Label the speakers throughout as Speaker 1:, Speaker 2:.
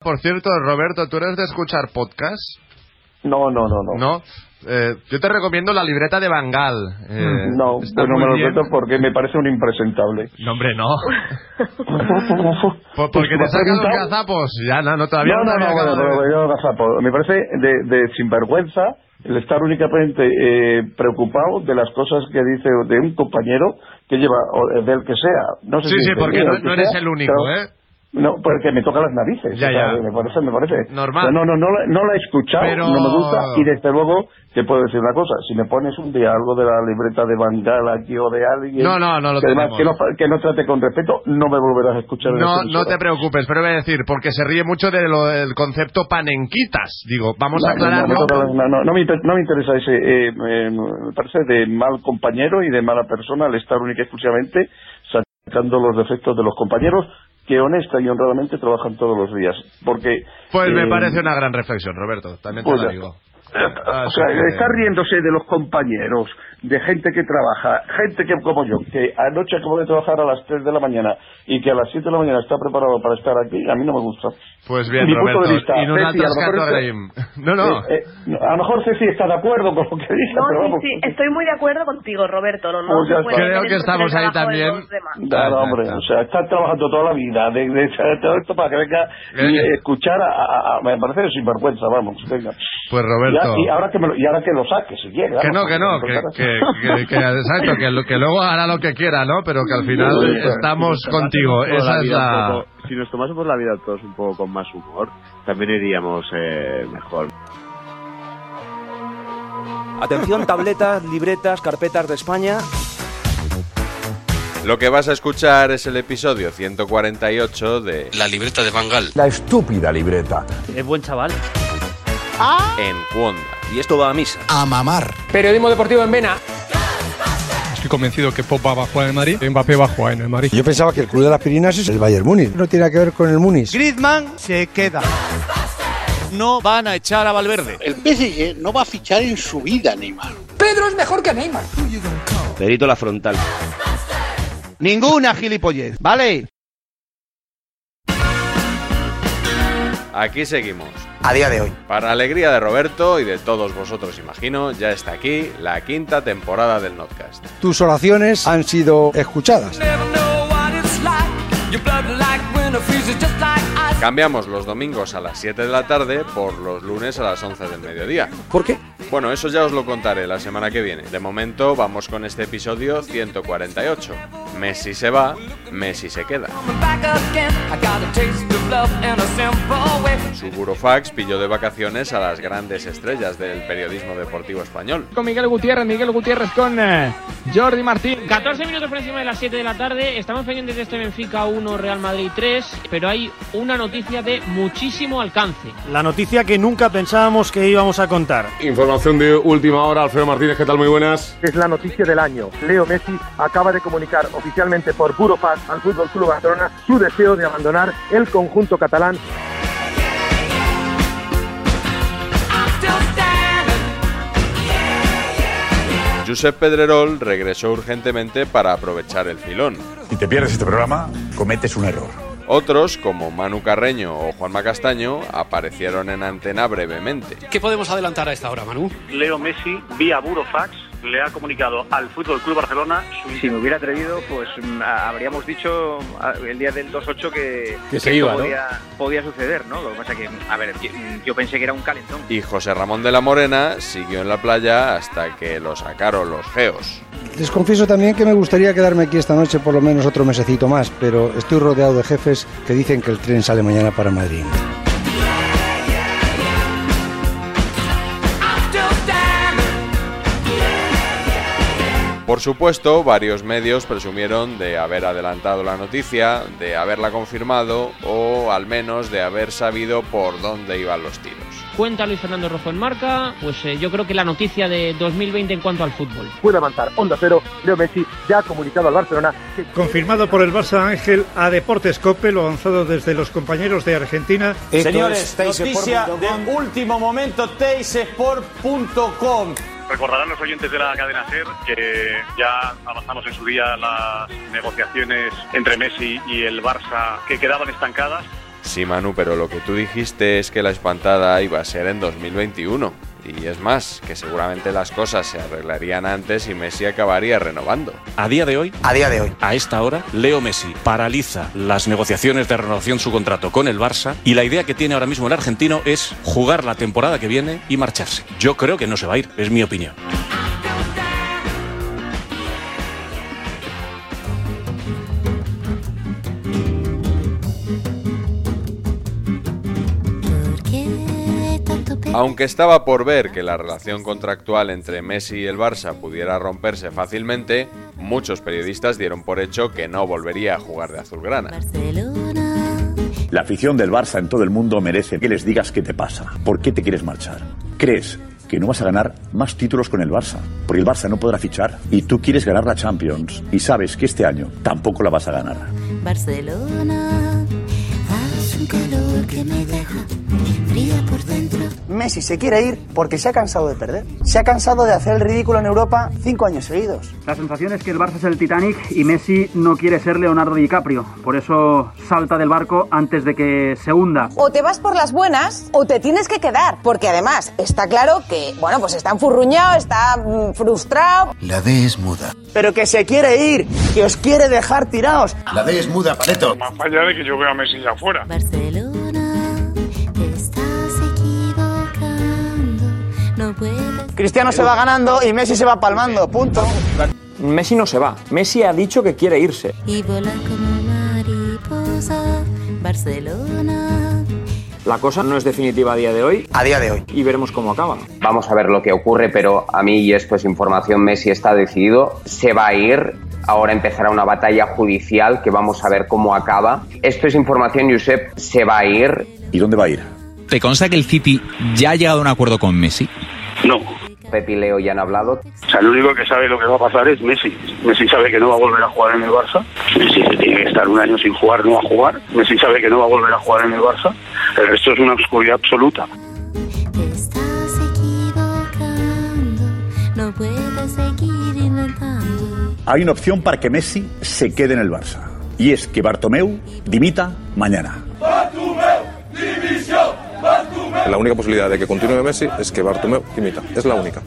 Speaker 1: Por cierto, Roberto, ¿tú eres de escuchar podcast?
Speaker 2: No, no, no, no.
Speaker 1: ¿No? Eh, yo te recomiendo la libreta de Bangal. Eh,
Speaker 2: No,
Speaker 1: está
Speaker 2: pues no
Speaker 1: muy
Speaker 2: me lo
Speaker 1: bien.
Speaker 2: cuento porque me parece un impresentable.
Speaker 1: No, hombre, no. Por-
Speaker 2: Pues,
Speaker 1: porque
Speaker 2: ¿me
Speaker 1: te
Speaker 2: has
Speaker 1: sacan los
Speaker 2: preguntado?
Speaker 1: gazapos. Ya, no, no todavía
Speaker 2: no, no,
Speaker 1: había
Speaker 2: no, bueno,
Speaker 1: acabado de-
Speaker 2: no, yo gazapo. Me parece de, de sinvergüenza el estar únicamente eh, preocupado de las cosas que dice de un compañero que lleva, o del que sea. No sé
Speaker 1: Sí,
Speaker 2: si
Speaker 1: sí,
Speaker 2: del
Speaker 1: porque
Speaker 2: mío,
Speaker 1: no-
Speaker 2: del que
Speaker 1: no eres
Speaker 2: sea,
Speaker 1: el único,
Speaker 2: pero-
Speaker 1: ¿eh?
Speaker 2: No, porque me toca las narices.
Speaker 1: Ya,
Speaker 2: o sea,
Speaker 1: ya.
Speaker 2: Me parece, me parece.
Speaker 1: Normal.
Speaker 2: O sea, no, no, no, la- no la he escuchado,
Speaker 1: Pero-
Speaker 2: no me gusta. Y desde luego te puedo decir una cosa. Si me pones un día algo de la libreta de Bangal aquí o de alguien...
Speaker 1: No, no, no lo
Speaker 2: que además
Speaker 1: tenemos.
Speaker 2: que no, que no trate con respeto, no me volverás a escuchar en
Speaker 1: No,
Speaker 2: esta
Speaker 1: no te
Speaker 2: emisora.
Speaker 1: preocupes, pero voy a decir, porque se ríe mucho de lo- del concepto panenquitas. Digo, vamos
Speaker 2: No,
Speaker 1: a
Speaker 2: no,
Speaker 1: aclararlo.
Speaker 2: No, no, no, no, no me inter- no me interesa ese. eh, eh, me parece de mal compañero y de mala persona el estar única y exclusivamente sacando los defectos de los compañeros que honesta y honradamente trabajan todos los días. Porque.
Speaker 1: Pues me
Speaker 2: eh,
Speaker 1: parece una gran reflexión, Roberto. También te
Speaker 2: pues
Speaker 1: lo
Speaker 2: ya
Speaker 1: digo.
Speaker 2: O sea,
Speaker 1: Así que-
Speaker 2: estar riéndose de los compañeros, de gente que trabaja, gente que como yo, que anoche acabo de trabajar a las 3 de la mañana y que a las 7 de la mañana está preparado para estar aquí, a mí no me gusta.
Speaker 1: Pues bien,
Speaker 2: mi punto
Speaker 1: Roberto.
Speaker 2: de vista,
Speaker 1: y no
Speaker 2: Ceci,
Speaker 1: la
Speaker 2: a lo mejor
Speaker 1: atascando a
Speaker 2: esto-
Speaker 1: Graeme. No, no.
Speaker 2: Eh, eh, a lo mejor Ceci está de acuerdo con lo que dice,
Speaker 3: No,
Speaker 2: pero
Speaker 3: sí,
Speaker 2: vamos.
Speaker 3: sí, estoy muy de acuerdo contigo, Roberto. No, no
Speaker 2: Pues ya
Speaker 3: se puede
Speaker 1: está. Creo
Speaker 3: meter
Speaker 1: que
Speaker 3: en
Speaker 1: estamos
Speaker 3: el
Speaker 1: ahí
Speaker 3: trabajo de
Speaker 1: también.
Speaker 3: los demás.
Speaker 2: Ya, no, hombre,
Speaker 1: Exacto.
Speaker 2: o sea, está trabajando toda la vida de, de- de todo esto para que venga y
Speaker 1: Eh.
Speaker 2: escuchar a, a- a- me parece sinvergüenza, vamos, venga.
Speaker 1: Pues Roberto.
Speaker 2: Ya, y ahora que me lo, y ahora que lo saque, si quiere.
Speaker 1: Que
Speaker 2: vamos,
Speaker 1: no, que no, que, que, que, que- exacto, que, lo- que luego hará lo que quiera, ¿no? Pero que al final
Speaker 4: Oye, pero
Speaker 1: estamos
Speaker 4: si nos
Speaker 1: contigo.
Speaker 4: tomásemos la
Speaker 1: Esa es
Speaker 4: vida un
Speaker 1: la...
Speaker 4: poco- si nos tomásemos la vida todos un poco con más humor, también iríamos eh, mejor.
Speaker 5: Atención, tabletas, libretas, carpetas de España.
Speaker 6: Lo que vas a escuchar es el episodio 148 de
Speaker 7: La libreta de Bangal.
Speaker 8: La estúpida libreta.
Speaker 5: Es buen chaval.
Speaker 6: En Cuonda.
Speaker 5: Y esto va a misa.
Speaker 8: A mamar.
Speaker 9: Periodismo deportivo en Vena.
Speaker 7: Estoy convencido que Popa va a jugar en el Madrid. Mbappé va a jugar en el Madrid.
Speaker 8: Yo pensaba que el club de las Pirinas es el Bayern Múnich. No tiene nada que ver con el Múnich.
Speaker 5: Griezmann se queda. No van a echar a Valverde.
Speaker 7: El PSG no va a fichar en su vida, Neymar.
Speaker 5: Perito la frontal. Ninguna gilipollez, ¿vale?
Speaker 6: Aquí seguimos.
Speaker 5: A día de hoy.
Speaker 6: Para alegría de Roberto y de todos vosotros, imagino, ya está aquí la quinta temporada del Notcast.
Speaker 8: Tus oraciones han sido escuchadas.
Speaker 6: Cambiamos los domingos a las 7 de la tarde por los lunes a las 11 del mediodía.
Speaker 5: ¿Por qué?
Speaker 6: Bueno, eso ya os lo contaré la semana que viene. De momento vamos con este episodio 148. Messi se va, Messi se queda. Su burofax pilló de vacaciones a las grandes estrellas del periodismo deportivo español.
Speaker 7: Con Miguel Gutiérrez, Miguel Gutiérrez con eh, Jordi Martín. 14 minutos por encima de las 7 de la tarde. Estamos pendientes de este Benfica 1, Real Madrid 3. Pero hay una noticia de muchísimo alcance.
Speaker 5: La noticia que nunca pensábamos que íbamos a contar.
Speaker 7: Información de última hora. Alfredo Martínez, ¿qué tal? Muy buenas.
Speaker 2: Es la noticia del año. Leo Messi acaba de comunicar oficialmente por Burofax al Fútbol Club Barcelona su deseo de abandonar el conjunto catalán.
Speaker 6: Josep Pedrerol regresó urgentemente para aprovechar el filón.
Speaker 8: Si te pierdes este programa, cometes un error.
Speaker 6: Otros, como Manu Carreño o Juanma Castaño, aparecieron en antena brevemente.
Speaker 10: ¿Qué podemos adelantar a esta hora, Manu?
Speaker 11: Leo Messi, vía burofax, le ha comunicado al Fútbol Club Barcelona.
Speaker 12: Si me hubiera atrevido, pues mm, a- habríamos dicho a- el día del 2-8 que,
Speaker 6: Que se iba, ¿no?
Speaker 12: podía, podía suceder, ¿no? Lo que pasa que, a ver, yo, yo pensé que era un calentón.
Speaker 6: Y José Ramón de la Morena siguió en la playa hasta que lo sacaron los geos.
Speaker 8: Les confieso también que me gustaría quedarme aquí esta noche por lo menos otro mesecito más, pero estoy rodeado de jefes que dicen que el tren sale mañana para Madrid.
Speaker 6: Por supuesto, varios medios presumieron de haber adelantado la noticia, de haberla confirmado o al menos de haber sabido por dónde iban los tiros.
Speaker 7: Cuenta Luis Fernando Rojo en marca, pues eh, yo creo que la noticia de 2020 en cuanto al fútbol.
Speaker 13: Puede avanzar. Onda Cero, Leo Messi ya ha comunicado al Barcelona.
Speaker 14: Confirmado por el Barça Ángel a Deportes Cope, lo lanzado desde los compañeros de Argentina.
Speaker 15: Señores, noticia de último momento, teisesport.com.
Speaker 11: Recordarán los oyentes de la cadena SER que ya avanzamos en su día las negociaciones entre Messi y el Barça que quedaban estancadas.
Speaker 6: Sí, Manu, pero lo que tú dijiste es que la espantada iba a ser en 2021. Y es más, que seguramente las cosas se arreglarían antes y Messi acabaría renovando.
Speaker 10: A día de hoy, a día de hoy, a esta hora, Leo Messi paraliza las negociaciones de renovación de su contrato con el Barça y la idea que tiene ahora mismo el argentino es jugar la temporada que viene y marcharse. Yo creo que no se va a ir, es mi opinión.
Speaker 6: Aunque estaba por ver que la relación contractual entre Messi y el Barça pudiera romperse fácilmente, muchos periodistas dieron por hecho que no volvería a jugar de azulgrana.
Speaker 16: La afición del Barça en todo el mundo merece que les digas qué te pasa, por qué te quieres marchar. ¿Crees que no vas a ganar más títulos con el Barça? Porque el Barça no podrá fichar y tú quieres ganar la Champions y sabes que este año tampoco la vas a ganar.
Speaker 17: Barcelona, hace un calor que me deja fría por dentro.
Speaker 9: Messi se quiere ir porque se ha cansado de perder. Se ha cansado de hacer el ridículo en Europa cinco años seguidos.
Speaker 18: La sensación es que el Barça es el Titanic y Messi no quiere ser Leonardo DiCaprio. Por eso salta del barco antes de que se hunda.
Speaker 19: O te vas por las buenas o te tienes que quedar, porque además está claro que, bueno, pues está enfurruñado, está mm, frustrado.
Speaker 20: La D es muda.
Speaker 9: Pero que se quiere ir, que os quiere dejar tirados.
Speaker 20: La D es muda, Paleto.
Speaker 11: Más allá de que yo vea a Messi ya afuera.
Speaker 17: No puedes.
Speaker 9: Cristiano se va ganando y Messi se va palmando, punto.
Speaker 21: Messi no se va. Messi ha dicho que quiere irse.
Speaker 17: Y volar como mariposa, Barcelona.
Speaker 21: La cosa no es definitiva a día de hoy. A día de hoy. Y veremos cómo acaba.
Speaker 22: Vamos a ver lo que ocurre, pero a mí, y esto es información, Messi está decidido, se va a ir. Ahora empezará una batalla judicial que vamos a ver cómo acaba. Esto es información, Josep, se va a ir.
Speaker 16: ¿Y dónde va a ir?
Speaker 23: ¿Te consta que el City ya ha llegado a un acuerdo con Messi?
Speaker 11: No.
Speaker 22: Pepi y Leo ya han hablado.
Speaker 11: O sea, el único que sabe lo que va a pasar es Messi. Messi sabe que no va a volver a jugar en el Barça. Messi que tiene que estar un año sin jugar, no va a jugar. Messi sabe que no va a volver a jugar en el Barça. El resto es una oscuridad absoluta.
Speaker 17: No puedes seguir inventando.
Speaker 16: Hay una opción para que Messi se quede en el Barça. Y es que Bartomeu dimita mañana.
Speaker 4: La única posibilidad de que continúe Messi es que Bartomeu imita. Es la única.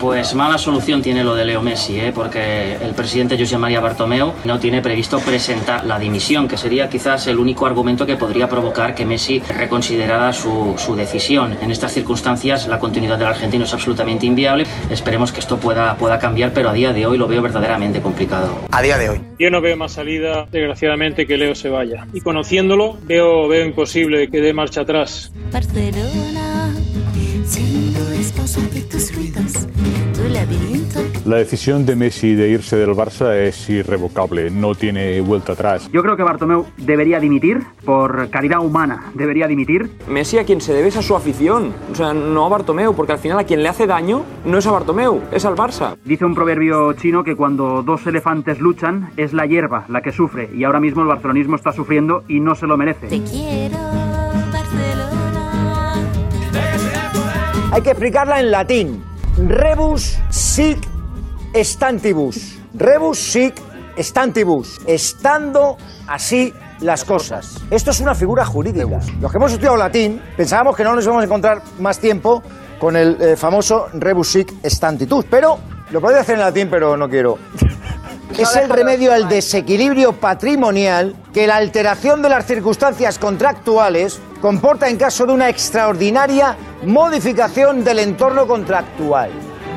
Speaker 24: Pues mala solución tiene lo de Leo Messi, ¿eh? porque el presidente José María Bartomeu no tiene previsto presentar la dimisión, que sería quizás el único argumento que podría provocar que Messi reconsiderara su, su decisión. En estas circunstancias la continuidad del argentino es absolutamente inviable. Esperemos que esto pueda, pueda cambiar, pero a día de hoy lo veo verdaderamente complicado.
Speaker 25: A día de hoy. Yo no veo más salida, desgraciadamente, que Leo se vaya. Y conociéndolo, veo, veo imposible que dé marcha atrás.
Speaker 17: Barcelona, siendo esposa de tus ruidos, tu laberinto.
Speaker 26: La decisión de Messi de irse del Barça es irrevocable, no tiene vuelta atrás.
Speaker 18: Yo creo que Bartomeu debería dimitir por caridad humana. Debería dimitir.
Speaker 23: Messi a quien se debe es a su afición, o sea, no a Bartomeu, porque al final a quien le hace daño no es a Bartomeu, es al Barça.
Speaker 18: Dice un proverbio chino que cuando dos elefantes luchan es la hierba la que sufre y ahora mismo el barcelonismo está sufriendo y no se lo merece.
Speaker 9: Hay que explicarla en latín. Rebus sic stantibus. Rebus sic Stantibus. Estando así las cosas. Esto es una figura jurídica. Los que hemos estudiado latín pensábamos que no nos íbamos a encontrar más tiempo con el eh, famoso rebus sic stantibus, pero lo podría hacer en latín, pero no quiero. Es el remedio al desequilibrio patrimonial que la alteración de las circunstancias contractuales comporta en caso de una extraordinaria modificación del entorno contractual.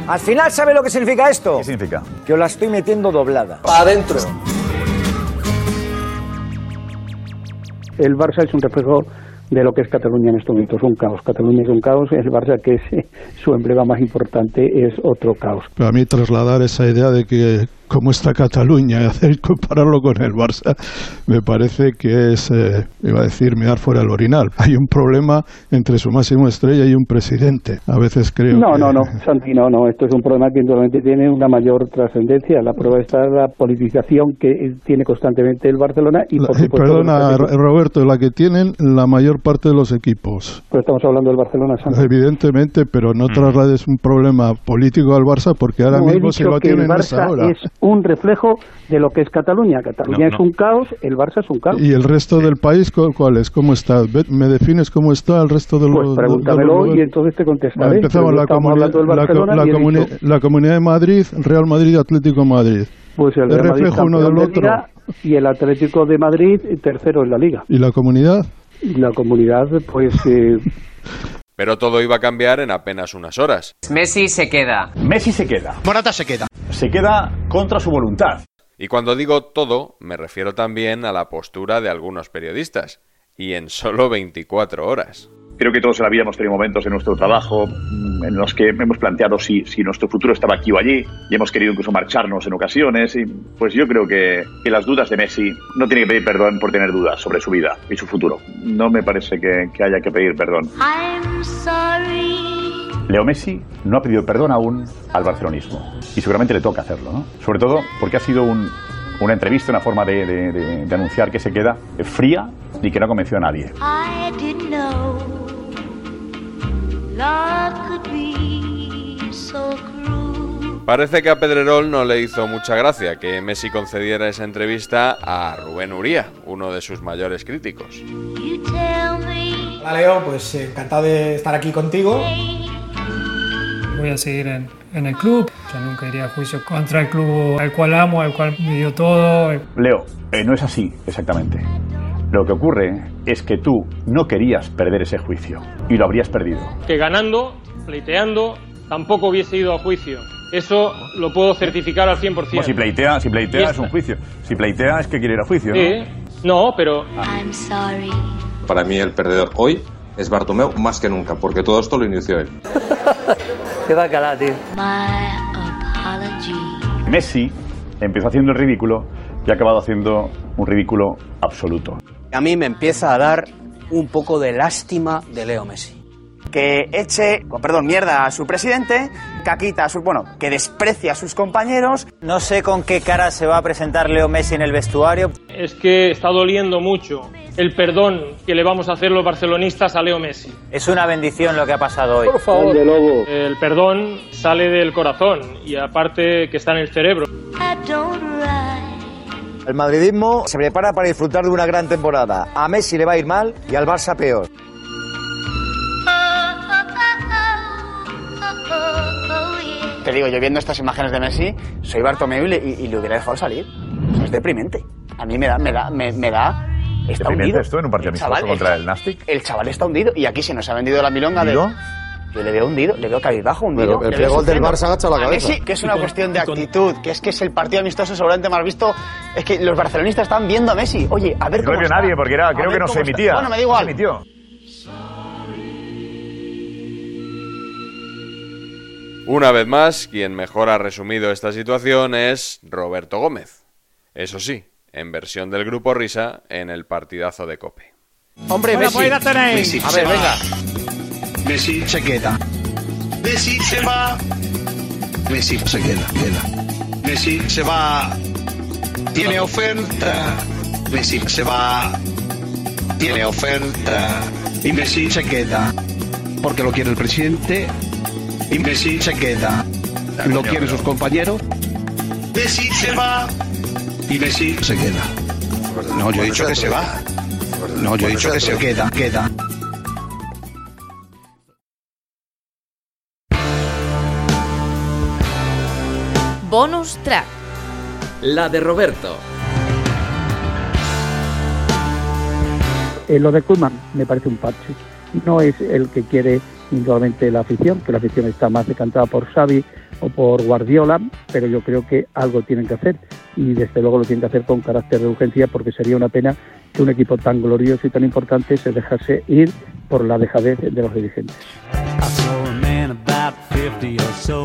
Speaker 9: Al final, ¿sabe lo que significa esto? ¿Qué significa? Que os la estoy metiendo doblada. adentro.
Speaker 11: El Barça es un reflejo de lo que es Cataluña en estos momentos, un caos. Cataluña es un caos, el Barça, que es eh, su emblema más importante, es otro caos.
Speaker 27: Para mí trasladar esa idea de que cómo está Cataluña y hacer compararlo con el Barça me parece que es, eh, iba a decir, mirar fuera el orinal. Hay un problema entre su máximo estrella y un presidente. A veces creo
Speaker 11: No,
Speaker 27: que-
Speaker 11: no, no, Santi, no, no. Esto es un problema que indudablemente tiene una mayor trascendencia. La prueba está la politización que eh, tiene constantemente el Barcelona y,
Speaker 27: La-
Speaker 11: por
Speaker 27: eh,
Speaker 11: supuesto...
Speaker 27: perdona,
Speaker 11: el
Speaker 27: R- Roberto, la que tienen la mayor parte de los equipos.
Speaker 11: Pero estamos hablando del Barcelona, Santi.
Speaker 27: Evidentemente, pero no traslades un problema político al Barça porque ahora
Speaker 11: No, he
Speaker 27: mismo se
Speaker 11: dicho
Speaker 27: lo
Speaker 11: que
Speaker 27: tienen
Speaker 11: el
Speaker 27: es
Speaker 11: Barça
Speaker 27: ahora.
Speaker 11: es un reflejo de lo que es Cataluña. Cataluña
Speaker 27: No,
Speaker 11: es
Speaker 27: no.
Speaker 11: un caos, el Barça es un caos.
Speaker 27: ¿Y el resto del país ¿cu- cuál es? ¿Cómo está? Ve- ¿Me defines cómo está el resto de los...
Speaker 11: Pues, Pregúntamelo
Speaker 27: de los-
Speaker 11: y entonces te contestaré.
Speaker 27: Bueno,
Speaker 11: Pero
Speaker 27: empezamos
Speaker 11: no
Speaker 27: la,
Speaker 11: estamos
Speaker 27: comuni-
Speaker 11: hablando del
Speaker 27: la co-
Speaker 11: Barcelona
Speaker 27: la
Speaker 11: y he
Speaker 27: comuni-
Speaker 11: dicho,
Speaker 27: la Comunidad de Madrid, Real Madrid, Atlético Madrid.
Speaker 11: pues el
Speaker 27: el
Speaker 11: Real Madrid
Speaker 27: reflejo uno
Speaker 11: campeón
Speaker 27: del
Speaker 11: de Liga y el Atlético de Madrid eh, tercero en la Liga.
Speaker 27: ¿Y la comunidad?
Speaker 11: Y la comunidad, pues... eh,
Speaker 6: Pero todo iba a cambiar en apenas unas horas.
Speaker 28: Messi se queda.
Speaker 16: Messi se queda. Morata se queda. Se queda contra su voluntad.
Speaker 6: Y cuando digo todo, me refiero también a la postura de algunos periodistas. Y en solo 24 horas.
Speaker 16: Creo que todos en la vida hemos tenido momentos en nuestro trabajo mm, en los que hemos planteado si, si nuestro futuro estaba aquí o allí y hemos querido incluso marcharnos en ocasiones. Y pues yo creo que, que las dudas de Messi no tiene que pedir perdón por tener dudas sobre su vida y su futuro. No me parece que, que haya que pedir perdón.
Speaker 4: I'm sorry.
Speaker 16: Leo Messi no ha pedido perdón aún al barcelonismo y seguramente le toca hacerlo, ¿no? Sobre todo porque ha sido un- una entrevista, una forma de, de- de- de anunciar que se queda eh, fría y que no convenció a nadie.
Speaker 4: I didn't know love could be so cruel.
Speaker 6: Parece que a Pedrerol no le hizo mucha gracia que Messi concediera esa entrevista a Rubén Uría, uno de sus mayores críticos.
Speaker 4: You tell me
Speaker 9: Hola Leo, pues eh, encantado de estar aquí contigo.
Speaker 11: Voy a seguir en, en el club. Yo nunca iría a juicio contra el club al cual amo, al cual me dio todo.
Speaker 16: Leo, eh, no es así exactamente. Lo que ocurre es que tú no querías perder ese juicio y lo habrías perdido.
Speaker 25: Que ganando, pleiteando, tampoco hubiese ido a juicio. Eso lo puedo certificar al 100%.
Speaker 16: Bueno, si pleitea, si
Speaker 25: Y
Speaker 16: pleitea
Speaker 25: esta-
Speaker 16: es un juicio. Si pleitea es que quiere ir a juicio, ¿no?
Speaker 25: Sí. No, pero
Speaker 4: I'm sorry.
Speaker 29: Para mí el perdedor hoy es Bartomeu más que nunca, porque todo esto lo inició él.
Speaker 11: Qué bacalá, tío.
Speaker 4: My apology.
Speaker 16: Messi empezó haciendo el ridículo y ha acabado haciendo un ridículo absoluto.
Speaker 27: A mí me empieza a dar un poco de lástima de Leo Messi.
Speaker 18: que eche, oh, perdón, mierda a su presidente, caquita a su, bueno, que desprecia a sus compañeros. No sé con qué cara se va a presentar Leo Messi en el vestuario.
Speaker 25: es que está doliendo mucho el perdón que le vamos a hacer los barcelonistas a Leo Messi.
Speaker 11: Es una bendición lo que ha pasado hoy.
Speaker 25: Por favor, el perdón sale del corazón y aparte que está en el cerebro.
Speaker 4: I don't write.
Speaker 11: El madridismo se prepara para disfrutar de una gran temporada. A Messi le va a ir mal y al Barça peor.
Speaker 18: Te digo, yo viendo estas imágenes de Messi, soy Bartomeu y, le- y- y le hubiera dejado salir. Es deprimente. A mí me da, me da, me, me da. Está
Speaker 16: Deprimente
Speaker 18: hundido.
Speaker 16: esto en un partido amistoso contra el Nastic.
Speaker 18: El chaval está hundido y aquí se nos ha vendido la milonga
Speaker 16: ¿Hundido?
Speaker 18: de. Yo le veo hundido, le veo cabizbajo, hundido.
Speaker 30: Pero el
Speaker 18: le veo
Speaker 30: gol del
Speaker 18: sufriendo.
Speaker 30: Barça agacha la
Speaker 18: A
Speaker 30: cabeza.
Speaker 18: Messi, que es una
Speaker 30: Y con-
Speaker 18: cuestión de
Speaker 30: y con-
Speaker 18: actitud, que es que es el partido amistoso seguramente más visto. Es que los barcelonistas están viendo a Messi. Oye, a ver
Speaker 16: No
Speaker 18: cómo
Speaker 16: le vio
Speaker 18: está.
Speaker 16: nadie, porque era-
Speaker 18: A
Speaker 16: creo
Speaker 18: ver
Speaker 16: que no
Speaker 18: cómo
Speaker 16: se
Speaker 18: está.
Speaker 16: emitía.
Speaker 18: Bueno, me da
Speaker 16: No se
Speaker 18: igual.
Speaker 16: emitió.
Speaker 6: Una vez más, quien mejor ha resumido esta situación es Roberto Gómez. Eso sí, en versión del grupo Risa en el partidazo de Cope.
Speaker 30: Hombre,
Speaker 6: Bueno,
Speaker 30: Messi.
Speaker 6: pues ahí la tenéis.
Speaker 30: Messi
Speaker 6: A
Speaker 30: se
Speaker 6: ver,
Speaker 30: va.
Speaker 6: venga.
Speaker 30: Messi se queda. Messi se va. Messi se queda, queda. Messi se va. Tiene oferta. Messi se va. Tiene oferta. Y Messi se queda. Porque lo quiere el presidente. Y Messi se queda. Lo quieren sus compañeros. Messi se va. Y Messi se queda. No, yo he dicho que se va. No, yo he dicho que se queda, queda.
Speaker 31: Bonus track.
Speaker 1: La de Roberto.
Speaker 32: Eh, lo de Koeman me parece un parche. No es el que quiere indudablemente la afición, que la afición está más decantada por Xavi o por Guardiola, pero yo creo que algo tienen que hacer y desde luego lo tienen que hacer con carácter de urgencia porque sería una pena que un equipo tan glorioso y tan importante se dejase ir por la dejadez de los dirigentes.
Speaker 4: I saw a man about 50 or so.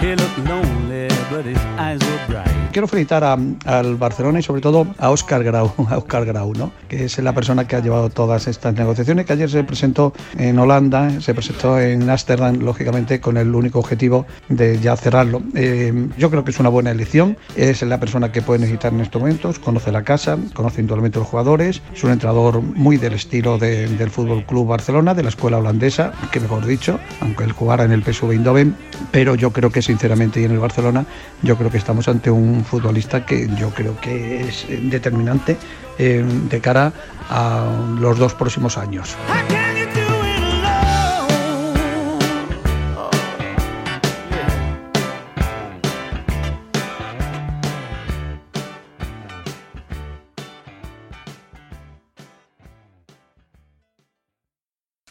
Speaker 4: He looked lonely, but his eyes were bright.
Speaker 11: Quiero felicitar a- al Barcelona y sobre todo a Óscar Grau, a Óscar Grau, ¿no? que es la persona que ha llevado todas estas negociaciones, que ayer se presentó en Holanda, se presentó en Ámsterdam, lógicamente con el único objetivo de ya cerrarlo. Eh, yo creo que es una buena elección, es la persona que puede necesitar en estos momentos, conoce la casa, conoce indudablemente los jugadores, es un entrenador muy del estilo de- del Fútbol Club Barcelona, de la escuela holandesa, que mejor dicho, aunque él jugara en el PSV Eindhoven, pero yo creo que sinceramente y en el Barcelona, yo creo que estamos ante un futbolista que yo creo que es eh, determinante eh, de cara a los dos próximos años.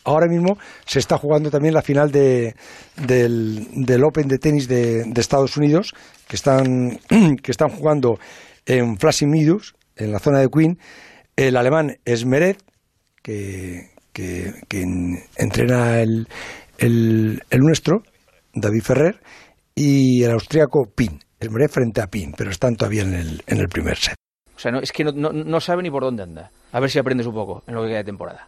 Speaker 8: Ahora mismo se está jugando también la final de- del, del Open de tenis de, de Estados Unidos, que están, que están jugando en Flushing Meadows, en la zona de Queen, el alemán Esmeret, que, que- que en- entrena el, el- el nuestro, David Ferrer, y el austríaco Pin. Esmeret frente a Pin, pero están todavía en el, en el primer set.
Speaker 18: O sea, no, es que no, no- no sabe ni por dónde anda. A ver si aprendes un poco en lo que queda de temporada.